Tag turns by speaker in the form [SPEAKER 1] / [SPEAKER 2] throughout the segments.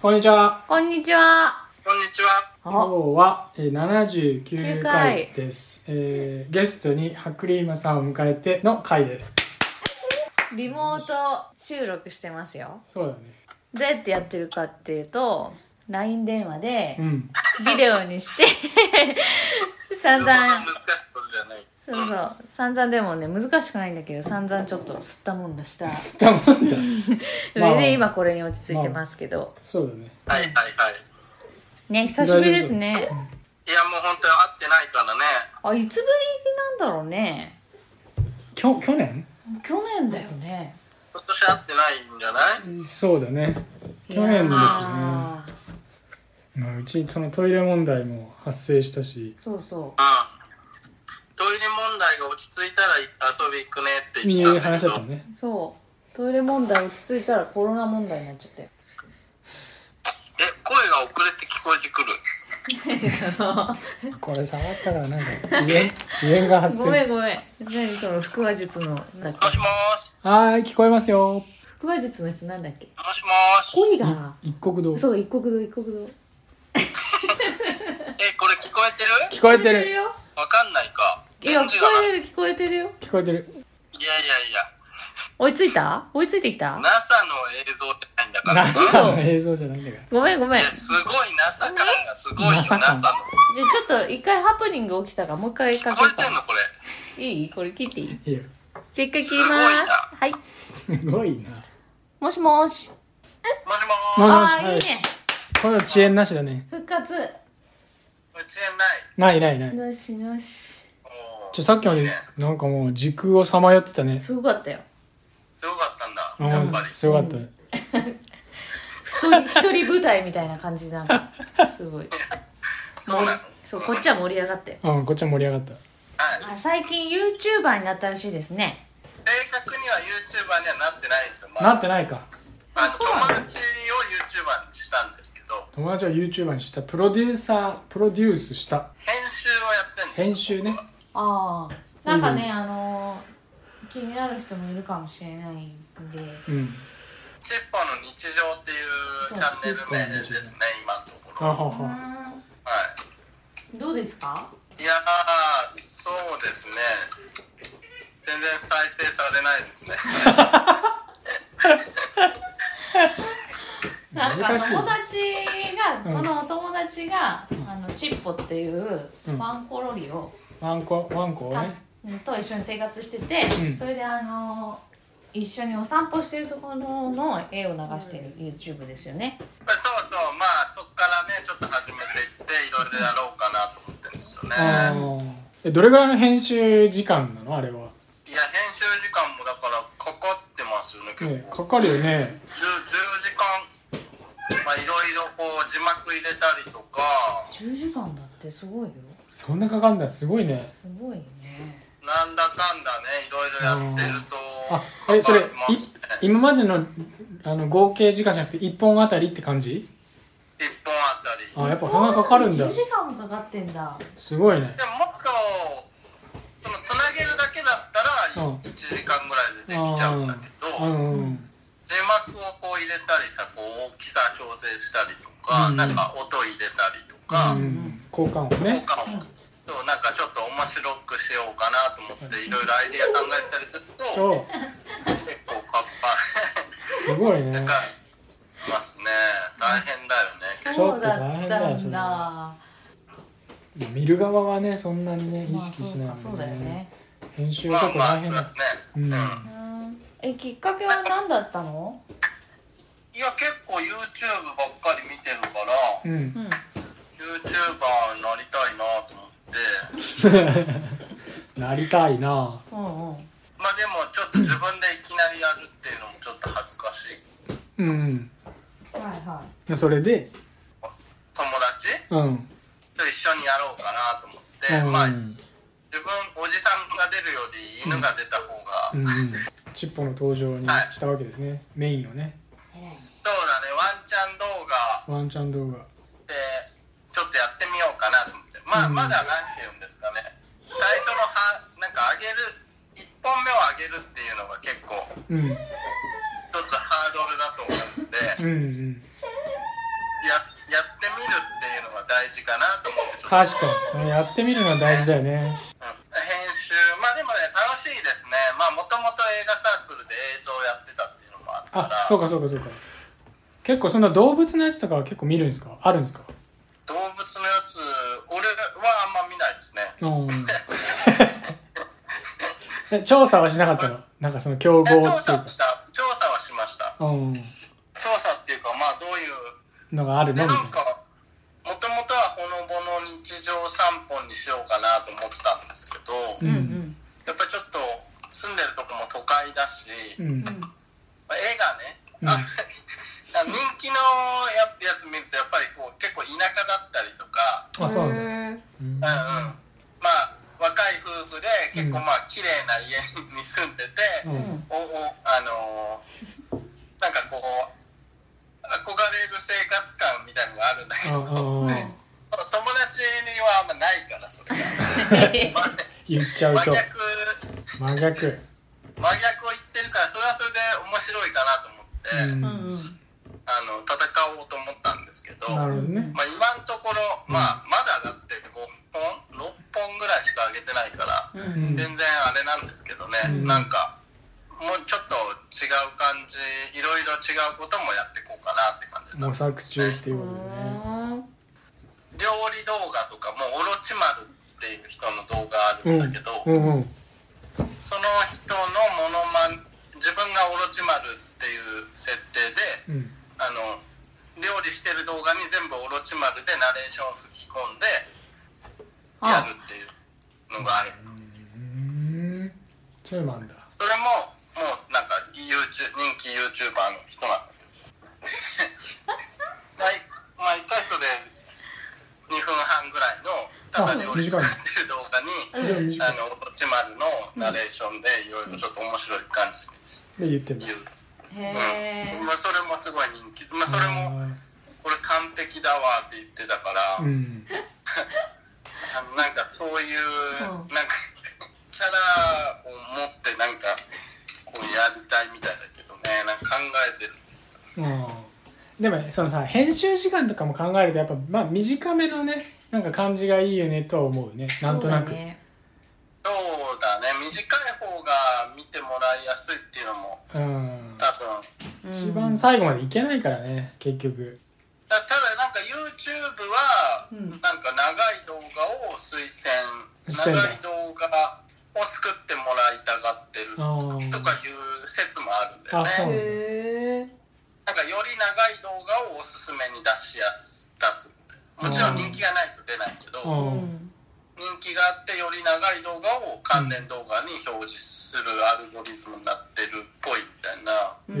[SPEAKER 1] こんにちは。
[SPEAKER 2] こんにちは。
[SPEAKER 3] こんにちは。
[SPEAKER 1] 今日
[SPEAKER 2] あ、
[SPEAKER 1] はえー79
[SPEAKER 2] 9
[SPEAKER 1] 回
[SPEAKER 2] 回
[SPEAKER 1] です。えーゲストにハクリーマさんを迎えての回です。
[SPEAKER 2] リモート収録してますよ。
[SPEAKER 1] そうだね。
[SPEAKER 2] どうやってやってるかっていうと、LINE 電話で
[SPEAKER 1] うん。
[SPEAKER 2] ビデオにして、 散々、
[SPEAKER 3] 難しいことじゃない。
[SPEAKER 2] そうそう、散々でもね、難しくないんだけど、散々ちょっと吸ったもんだした。そ
[SPEAKER 1] たまんだ。まあ
[SPEAKER 2] れで今これに落ち着いてますけど。
[SPEAKER 1] そうだね。
[SPEAKER 3] はいはいはい。
[SPEAKER 2] ね、久しぶりですね。
[SPEAKER 3] いやもう本当に会ってないからね。
[SPEAKER 2] あ、いつぶりなんだろうね。
[SPEAKER 1] きょ去年
[SPEAKER 2] 去年だよね。
[SPEAKER 3] 今年会ってないんじゃない？
[SPEAKER 1] そうだね。去年ですね
[SPEAKER 2] いやー
[SPEAKER 1] まあ、うちそのトイレ問題も発生したし、
[SPEAKER 2] そうそ
[SPEAKER 3] うん。トイレ問題が落ち着いたら遊び行くねって言
[SPEAKER 1] みんな
[SPEAKER 3] ってた
[SPEAKER 1] 話し
[SPEAKER 3] んだけ
[SPEAKER 1] 合っ
[SPEAKER 3] ど
[SPEAKER 1] た。ね。
[SPEAKER 2] う。そう。トイレ問題落ち着いたらコロナ問題になっちゃったよ。
[SPEAKER 3] え声が遅れて聞こえてくる。
[SPEAKER 2] その
[SPEAKER 1] これ触ったからなんか遅延遅延が発
[SPEAKER 2] ごめ
[SPEAKER 1] 生。
[SPEAKER 2] んごめん何その腹話術のだっけ
[SPEAKER 3] もしもーし。
[SPEAKER 1] はーい聞こえますよ。
[SPEAKER 2] 腹話術の人なんだっけ
[SPEAKER 3] もしもーし。
[SPEAKER 2] 恋が
[SPEAKER 1] 一国道。
[SPEAKER 2] そう一国道一国道
[SPEAKER 3] えこれ聞こえてる？
[SPEAKER 1] 聞こえてる。
[SPEAKER 2] よ
[SPEAKER 3] わかんないか。
[SPEAKER 2] いや聞
[SPEAKER 3] 返
[SPEAKER 2] こ
[SPEAKER 3] 事がない。
[SPEAKER 2] えてる聞こえてるよ
[SPEAKER 1] 聞こえてる。
[SPEAKER 3] いやいやいや。
[SPEAKER 2] 追いついた追いついてきた
[SPEAKER 3] NASA の映像じゃないんだから。
[SPEAKER 1] NASA の映像じゃないんだから。
[SPEAKER 2] ごめんごめん
[SPEAKER 3] い
[SPEAKER 2] じ
[SPEAKER 3] や
[SPEAKER 2] ゃ
[SPEAKER 3] すごい NASA 感がすごいよ
[SPEAKER 1] NASA 感
[SPEAKER 3] NASA の。
[SPEAKER 2] あちょっと一回ハプニング起きたからもう一回か
[SPEAKER 3] 聞
[SPEAKER 2] け
[SPEAKER 3] こえてん
[SPEAKER 2] た
[SPEAKER 3] のこれ。
[SPEAKER 2] いいこれ切ってい
[SPEAKER 1] い
[SPEAKER 2] い
[SPEAKER 1] や
[SPEAKER 2] じゃあ一回切
[SPEAKER 3] す
[SPEAKER 2] り
[SPEAKER 3] ごい
[SPEAKER 2] ま
[SPEAKER 3] な
[SPEAKER 2] ーすはい
[SPEAKER 1] すごいな。
[SPEAKER 2] もしもーし
[SPEAKER 3] もしもーし。
[SPEAKER 1] もしもし
[SPEAKER 2] ああいいね
[SPEAKER 1] この遅延なしだね。
[SPEAKER 2] 復活
[SPEAKER 3] うちへない。
[SPEAKER 1] ないないない。
[SPEAKER 2] なしなし
[SPEAKER 3] おー
[SPEAKER 1] ちょさっきまでなんかもう時空をさまよってたね。
[SPEAKER 2] すごかったよ
[SPEAKER 3] すごかったんだ。
[SPEAKER 1] うん
[SPEAKER 3] やっぱり。
[SPEAKER 1] すごかった。
[SPEAKER 2] 一人一人舞台みたいな感じなんかすごい
[SPEAKER 3] そうなの。
[SPEAKER 2] そうこっちは盛り上がって
[SPEAKER 1] うん、こっちは盛り上がった。
[SPEAKER 3] はい。
[SPEAKER 2] あ最近 YouTuber になったらしいですね
[SPEAKER 3] 正確には YouTuber にはなってないんですよ。
[SPEAKER 1] な
[SPEAKER 3] まあ、
[SPEAKER 1] ってないか。
[SPEAKER 3] あ
[SPEAKER 2] あそうなの
[SPEAKER 3] の友達を YouTuber にしたんですけど、
[SPEAKER 1] 友達を YouTuber にした。プロデューサー、プロデュースした。
[SPEAKER 3] 編集をやってるんですよ
[SPEAKER 1] 編集ね。
[SPEAKER 2] ああなんかね、あのー気になる人もいるかもしれないんで
[SPEAKER 1] うん。
[SPEAKER 3] チッポの日常っていうチャンネル名ですね、今のとこ
[SPEAKER 1] あ
[SPEAKER 3] ろ。
[SPEAKER 1] は
[SPEAKER 3] は
[SPEAKER 1] は。
[SPEAKER 3] い。
[SPEAKER 2] どうですか
[SPEAKER 3] いやー、そうですね。全然再生されないです ね。
[SPEAKER 2] なんか
[SPEAKER 1] 難しい
[SPEAKER 2] 友達がそのお友達が、あのチッポっていう
[SPEAKER 1] うん
[SPEAKER 2] ワンコロリを、
[SPEAKER 1] ワンコ、ワンコを
[SPEAKER 2] た
[SPEAKER 1] ね。
[SPEAKER 2] と一緒に生活してて、
[SPEAKER 1] うん
[SPEAKER 2] それであのー一緒にお散歩してるところの絵を流してる YouTube ですよね
[SPEAKER 3] そうそう、まあそっからね、ちょっと始めていって、いろいろやろうかなと思ってるんですよね。
[SPEAKER 1] あーえ、どれぐらいの編集時間なのあれは。
[SPEAKER 3] いや、編集時間もだからかかってますよね、結
[SPEAKER 1] ね、
[SPEAKER 3] 構。
[SPEAKER 1] かかるよね。
[SPEAKER 3] 10, 10時間まあいろいろこう字幕入れたりとか
[SPEAKER 2] 10時間だってすごいよ
[SPEAKER 1] そんなかかんだ。すごいね。
[SPEAKER 2] すごいね
[SPEAKER 3] なんだかんだねいろいろやってると
[SPEAKER 1] あ、え、それ、い
[SPEAKER 3] かかりますね
[SPEAKER 1] 今までの、あの、合計時間じゃなくて、1本あたりって感じ
[SPEAKER 3] 1本あたりで
[SPEAKER 1] あ、やっぱ鼻かかるんだ
[SPEAKER 2] 10。時間もかかってんだ
[SPEAKER 1] すごいね。
[SPEAKER 3] ももっとそのつなげるだけだったら
[SPEAKER 1] うん
[SPEAKER 3] 1時間ぐらいでできちゃうんだけど
[SPEAKER 1] うんうん。
[SPEAKER 3] 字幕をこう入れたりさこう大きさ調整したりとか、
[SPEAKER 1] うん
[SPEAKER 3] なんか音入れたりと
[SPEAKER 1] う
[SPEAKER 3] か、
[SPEAKER 1] ん、交換を
[SPEAKER 3] 効
[SPEAKER 1] ね。
[SPEAKER 3] 果をそうなんかちょっと面白くしようかなと思っていろいろアイデア考えてたりすると
[SPEAKER 1] そう、
[SPEAKER 3] 結構かっぱ
[SPEAKER 1] すごいね
[SPEAKER 3] か。かりますね大変だよね
[SPEAKER 1] ょっ
[SPEAKER 2] そう
[SPEAKER 1] と
[SPEAKER 2] だ
[SPEAKER 1] 大
[SPEAKER 2] っ
[SPEAKER 1] 変だ
[SPEAKER 2] た
[SPEAKER 1] よそれ
[SPEAKER 2] んだ。
[SPEAKER 1] 見る側はね、そんなにね、意
[SPEAKER 2] まあ
[SPEAKER 1] 識しない
[SPEAKER 2] そ
[SPEAKER 1] も
[SPEAKER 2] うんかそうだよ
[SPEAKER 1] ね。
[SPEAKER 2] ね。
[SPEAKER 1] 編集
[SPEAKER 3] ま
[SPEAKER 1] 結
[SPEAKER 3] あ
[SPEAKER 1] 構
[SPEAKER 3] まあ
[SPEAKER 1] 大
[SPEAKER 3] そ
[SPEAKER 1] 変
[SPEAKER 3] う
[SPEAKER 1] だ。
[SPEAKER 3] ね、
[SPEAKER 1] うん
[SPEAKER 3] い
[SPEAKER 2] えきっかけは何だったの？
[SPEAKER 3] や結構 YouTube ばっかり見てるから
[SPEAKER 1] うん。
[SPEAKER 2] うん。
[SPEAKER 3] YouTuber になりたいなと思って
[SPEAKER 1] なりたいな。
[SPEAKER 2] うんうん。
[SPEAKER 3] まあでもちょっと自分でいきなりやるっていうのもちょっと恥ずかしい
[SPEAKER 1] うん
[SPEAKER 2] はいは
[SPEAKER 1] うん。それで、
[SPEAKER 3] 友達
[SPEAKER 1] うん。
[SPEAKER 3] と一緒にやろうかなと思って、
[SPEAKER 1] うん
[SPEAKER 3] まあ自分おじさんが出るより犬が出た方が、
[SPEAKER 1] うんうん。チッポの登場にしたわけですね。メインをね。
[SPEAKER 2] い。偉い。
[SPEAKER 3] そうだねワンちゃん動画
[SPEAKER 1] ワンちゃん動画。
[SPEAKER 3] でちょっとやってみようかなと思ってまあ
[SPEAKER 1] うん
[SPEAKER 3] まだなんて言うんですかね最初のはなんか上げる1本目を上げるっていうのが結構
[SPEAKER 1] うん。
[SPEAKER 3] 一つハードルだと思うんで
[SPEAKER 1] うんうん。
[SPEAKER 3] 大事かなと思ってちょっと
[SPEAKER 1] 確かにそれやってみるのは大事だよね
[SPEAKER 3] 編集まあでもね楽しいですねまあもともと映画サークルで映像をやってたっていうのもあった
[SPEAKER 1] あ
[SPEAKER 3] ら
[SPEAKER 1] そうかそうかそうか結構そんな動物のやつとかは結構見るんですかあるんですか
[SPEAKER 3] 動物のやつ俺はあんま見ないですね
[SPEAKER 1] うん え調査はしなかったのなんかその競合ってい
[SPEAKER 3] え
[SPEAKER 1] う
[SPEAKER 3] 調
[SPEAKER 1] か
[SPEAKER 3] 査した調査はしました
[SPEAKER 1] う
[SPEAKER 3] 調査っていうかまあどういうん
[SPEAKER 1] のがある
[SPEAKER 3] で
[SPEAKER 1] のみ
[SPEAKER 3] なんかもともとはほのぼの日常散歩にしようかなと思ってたんですけど
[SPEAKER 1] う
[SPEAKER 2] うんんうん
[SPEAKER 3] やっぱりちょっと住んでるとこも都会だし、
[SPEAKER 1] たいなうん
[SPEAKER 2] うん
[SPEAKER 3] まあ、絵がね、
[SPEAKER 1] うん
[SPEAKER 3] あ 人気のややつ見るとやっぱりこう結構田舎だったりとか、
[SPEAKER 1] あそうなんだ
[SPEAKER 2] へー
[SPEAKER 1] うん
[SPEAKER 3] うんうん、まあ若い夫婦で結構
[SPEAKER 1] うん
[SPEAKER 3] まあ綺麗な家に住んでて、
[SPEAKER 1] うん
[SPEAKER 3] おおあのーなんかこう憧れる生活感みたいのがあるんだけ
[SPEAKER 1] あ
[SPEAKER 3] ど、
[SPEAKER 1] ああ
[SPEAKER 3] 友達にはあんまないからそれがまあね
[SPEAKER 1] 言っちゃう
[SPEAKER 3] 真
[SPEAKER 1] と
[SPEAKER 3] 逆
[SPEAKER 1] 真逆
[SPEAKER 3] 真逆を言ってるからそれはそれで面白いかなと思って、
[SPEAKER 1] うん
[SPEAKER 2] うんうん
[SPEAKER 3] あの戦おうと思ったんですけど。
[SPEAKER 1] なるほどね
[SPEAKER 3] まあ、今のところ、まあ、まだだって5本6本ぐらいしか上げてないから
[SPEAKER 2] う
[SPEAKER 1] うん
[SPEAKER 2] ん
[SPEAKER 3] 全然あれなんですけどね、
[SPEAKER 1] うん
[SPEAKER 3] なんかもうちょっと違う感じいろいろ違うこともやっていこうかなって感じなん
[SPEAKER 1] 模
[SPEAKER 3] です
[SPEAKER 1] 索中って
[SPEAKER 2] う
[SPEAKER 1] いうことでね
[SPEAKER 2] ん
[SPEAKER 3] 料理動画とかも「オロチマル」っていう人の動画あるんだけど、
[SPEAKER 1] うんうん
[SPEAKER 3] その人のモノマネ自分がオロチマルっていう設定で
[SPEAKER 1] うん
[SPEAKER 3] あの料理してる動画に全部オロチマルでナレーションを吹き込んでやるっていうのがある
[SPEAKER 1] うんそうなんだ
[SPEAKER 3] それももうなんか YouTube 人気 YouTuber の人なんだけどまあ一回それ2分半ぐらいのただ料理作ってる動画に
[SPEAKER 1] でも短
[SPEAKER 3] あ
[SPEAKER 1] い
[SPEAKER 3] のオロチマルのナレーションでいろいろちょっと面白い感じ
[SPEAKER 1] で言ってん
[SPEAKER 3] に
[SPEAKER 1] だ
[SPEAKER 3] 言う、
[SPEAKER 2] へー
[SPEAKER 3] うんまあ、それもすごい人気、まあ、それもこれ完璧だわって言ってたから、
[SPEAKER 1] うん
[SPEAKER 3] あのなんかそういう、
[SPEAKER 2] うん
[SPEAKER 3] なんかキャラを持ってなんかこうやりたいみたいだけどねなんか考えてるんですよ
[SPEAKER 1] うんでもねそのさ編集時間とかも考えるとやっぱまあ短めのねなんか感じがいいよねとは思うねなんとな
[SPEAKER 2] そ
[SPEAKER 1] く
[SPEAKER 2] うだね
[SPEAKER 3] そうだね短い方が見てもらいやすいっていうのも
[SPEAKER 1] うん
[SPEAKER 3] 多分
[SPEAKER 2] うん
[SPEAKER 1] 一番最後までいけないからね結局
[SPEAKER 3] だただなんか YouTube は
[SPEAKER 2] うん
[SPEAKER 3] なんか長い動画を推薦
[SPEAKER 1] してん
[SPEAKER 3] 長
[SPEAKER 1] だ
[SPEAKER 3] い動画を作ってもらいたがってる
[SPEAKER 1] あ
[SPEAKER 3] とかいう説もあるんだよ
[SPEAKER 1] あそう
[SPEAKER 3] ね
[SPEAKER 2] へー
[SPEAKER 3] なんかより長い動画をおすすめに出しやす出すもちろん人気がないと出ないけど、
[SPEAKER 1] う
[SPEAKER 2] うんん
[SPEAKER 3] 人気があってより長い動画を関連動画に表示するアルゴリズムになってるっぽいみたいな
[SPEAKER 1] へ
[SPEAKER 2] う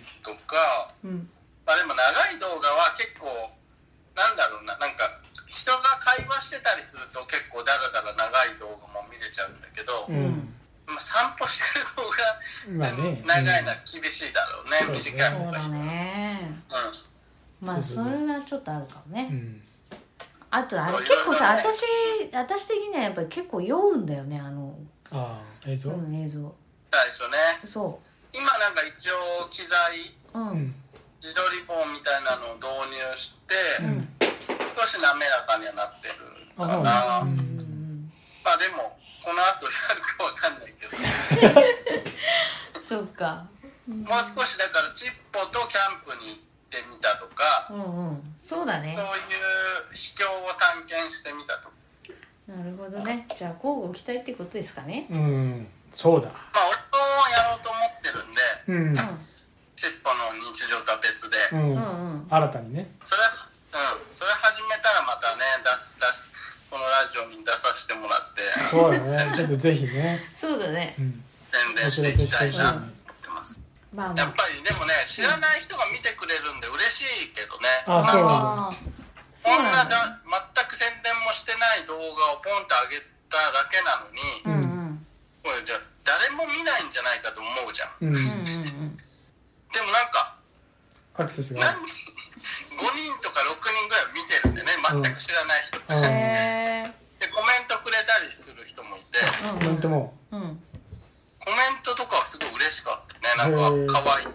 [SPEAKER 1] え
[SPEAKER 3] とか、
[SPEAKER 2] うん
[SPEAKER 3] まあ、でも長い動画は結構なんだろうななんか人が会話してたりすると結構だらだら長い動画も見れちゃうんだけど、
[SPEAKER 1] うん
[SPEAKER 3] まあ、散歩してる動画
[SPEAKER 1] まあね
[SPEAKER 3] 長いのは厳しいだろうね、
[SPEAKER 1] うん
[SPEAKER 3] 短い
[SPEAKER 2] そ
[SPEAKER 3] 方
[SPEAKER 2] う
[SPEAKER 3] がいい。
[SPEAKER 2] だね
[SPEAKER 3] うん
[SPEAKER 2] まあ
[SPEAKER 1] そう
[SPEAKER 2] そ
[SPEAKER 1] そうそう
[SPEAKER 2] れはちょっとあるかも
[SPEAKER 1] う
[SPEAKER 2] ね
[SPEAKER 1] ん
[SPEAKER 2] あとあれ
[SPEAKER 3] そう
[SPEAKER 2] 結構さ
[SPEAKER 3] いろいろね
[SPEAKER 2] 私私的にはやっぱり結構酔うんだよねあの
[SPEAKER 1] ああ映像
[SPEAKER 2] うん映像
[SPEAKER 3] 最初ね
[SPEAKER 2] そ
[SPEAKER 3] 今なんか一応機材
[SPEAKER 2] ううん
[SPEAKER 1] うん
[SPEAKER 3] 自撮り棒みたいなのを導入して、
[SPEAKER 2] うん
[SPEAKER 3] 少し滑らかにはなってるかな
[SPEAKER 1] あう
[SPEAKER 2] う
[SPEAKER 1] んん
[SPEAKER 3] まあでもこの後やるかわかんないけど
[SPEAKER 2] そうか
[SPEAKER 3] もう少しだからチッポとキャンプに行ってみたとか
[SPEAKER 2] うんうんそうだね
[SPEAKER 3] そういう秘境を探検してみたとか
[SPEAKER 2] なるほどねじゃあ交互期待ってことですかね
[SPEAKER 1] うんそうだ
[SPEAKER 3] まあ俺もやろうと思って
[SPEAKER 1] う
[SPEAKER 3] るんで
[SPEAKER 1] ん
[SPEAKER 3] チッポの日常とは別で
[SPEAKER 1] う
[SPEAKER 2] うんうんんうん
[SPEAKER 1] 新たにね
[SPEAKER 3] それはうんそれ始めたらまたね出す出すこのラジオに出させてもらって
[SPEAKER 1] そうだねちょっとぜひね
[SPEAKER 2] そうだね
[SPEAKER 1] うん
[SPEAKER 3] 宣
[SPEAKER 1] お
[SPEAKER 3] 伝し
[SPEAKER 1] 知
[SPEAKER 3] て
[SPEAKER 1] らせしたて
[SPEAKER 3] いきい
[SPEAKER 1] ほしい
[SPEAKER 3] なと
[SPEAKER 1] ね
[SPEAKER 3] 思ってます
[SPEAKER 2] まあま
[SPEAKER 3] やっ
[SPEAKER 2] あ
[SPEAKER 3] ぱりでもね知らない人が見てくれるんで嬉しいけどね
[SPEAKER 1] あそうなんだ
[SPEAKER 2] あー
[SPEAKER 3] こ
[SPEAKER 2] そ
[SPEAKER 3] ん
[SPEAKER 2] うな
[SPEAKER 3] なん
[SPEAKER 2] だ
[SPEAKER 3] だ全く宣伝もしてない動画をポンと上げただけなのに、
[SPEAKER 2] うんうんうん
[SPEAKER 3] これじゃ誰も見ないんじゃないかと思うじゃん
[SPEAKER 1] うん
[SPEAKER 2] うん
[SPEAKER 3] でもなんか
[SPEAKER 1] アクセスが
[SPEAKER 3] 何人5人とか6人ぐらい見てるんでね全く知らない人、
[SPEAKER 1] うん
[SPEAKER 2] うんへ
[SPEAKER 3] でコメントくれたりする人もいて
[SPEAKER 2] えうん
[SPEAKER 1] コメントも
[SPEAKER 2] うん
[SPEAKER 3] コメントとかはすごい嬉しかったねなんか
[SPEAKER 1] へー
[SPEAKER 3] 可愛い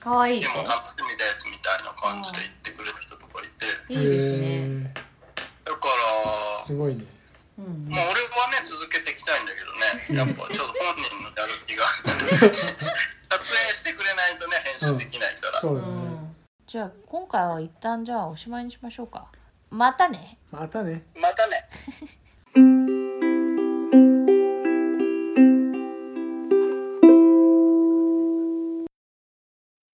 [SPEAKER 2] 可愛い
[SPEAKER 3] で
[SPEAKER 2] ね
[SPEAKER 3] も楽しみですみたいな感じで言ってくれる人とかい
[SPEAKER 2] い
[SPEAKER 3] て
[SPEAKER 2] いですね
[SPEAKER 1] へーすごいね
[SPEAKER 2] うん
[SPEAKER 3] まあ、俺はね続けていきたいんだけど ねやっぱちょっと本人のやる気が撮影してくれないとね編集できないから、
[SPEAKER 1] そううだね、
[SPEAKER 2] んじゃあ今回は一旦じゃあおしまいにしましょうかまたね
[SPEAKER 1] またね
[SPEAKER 3] またね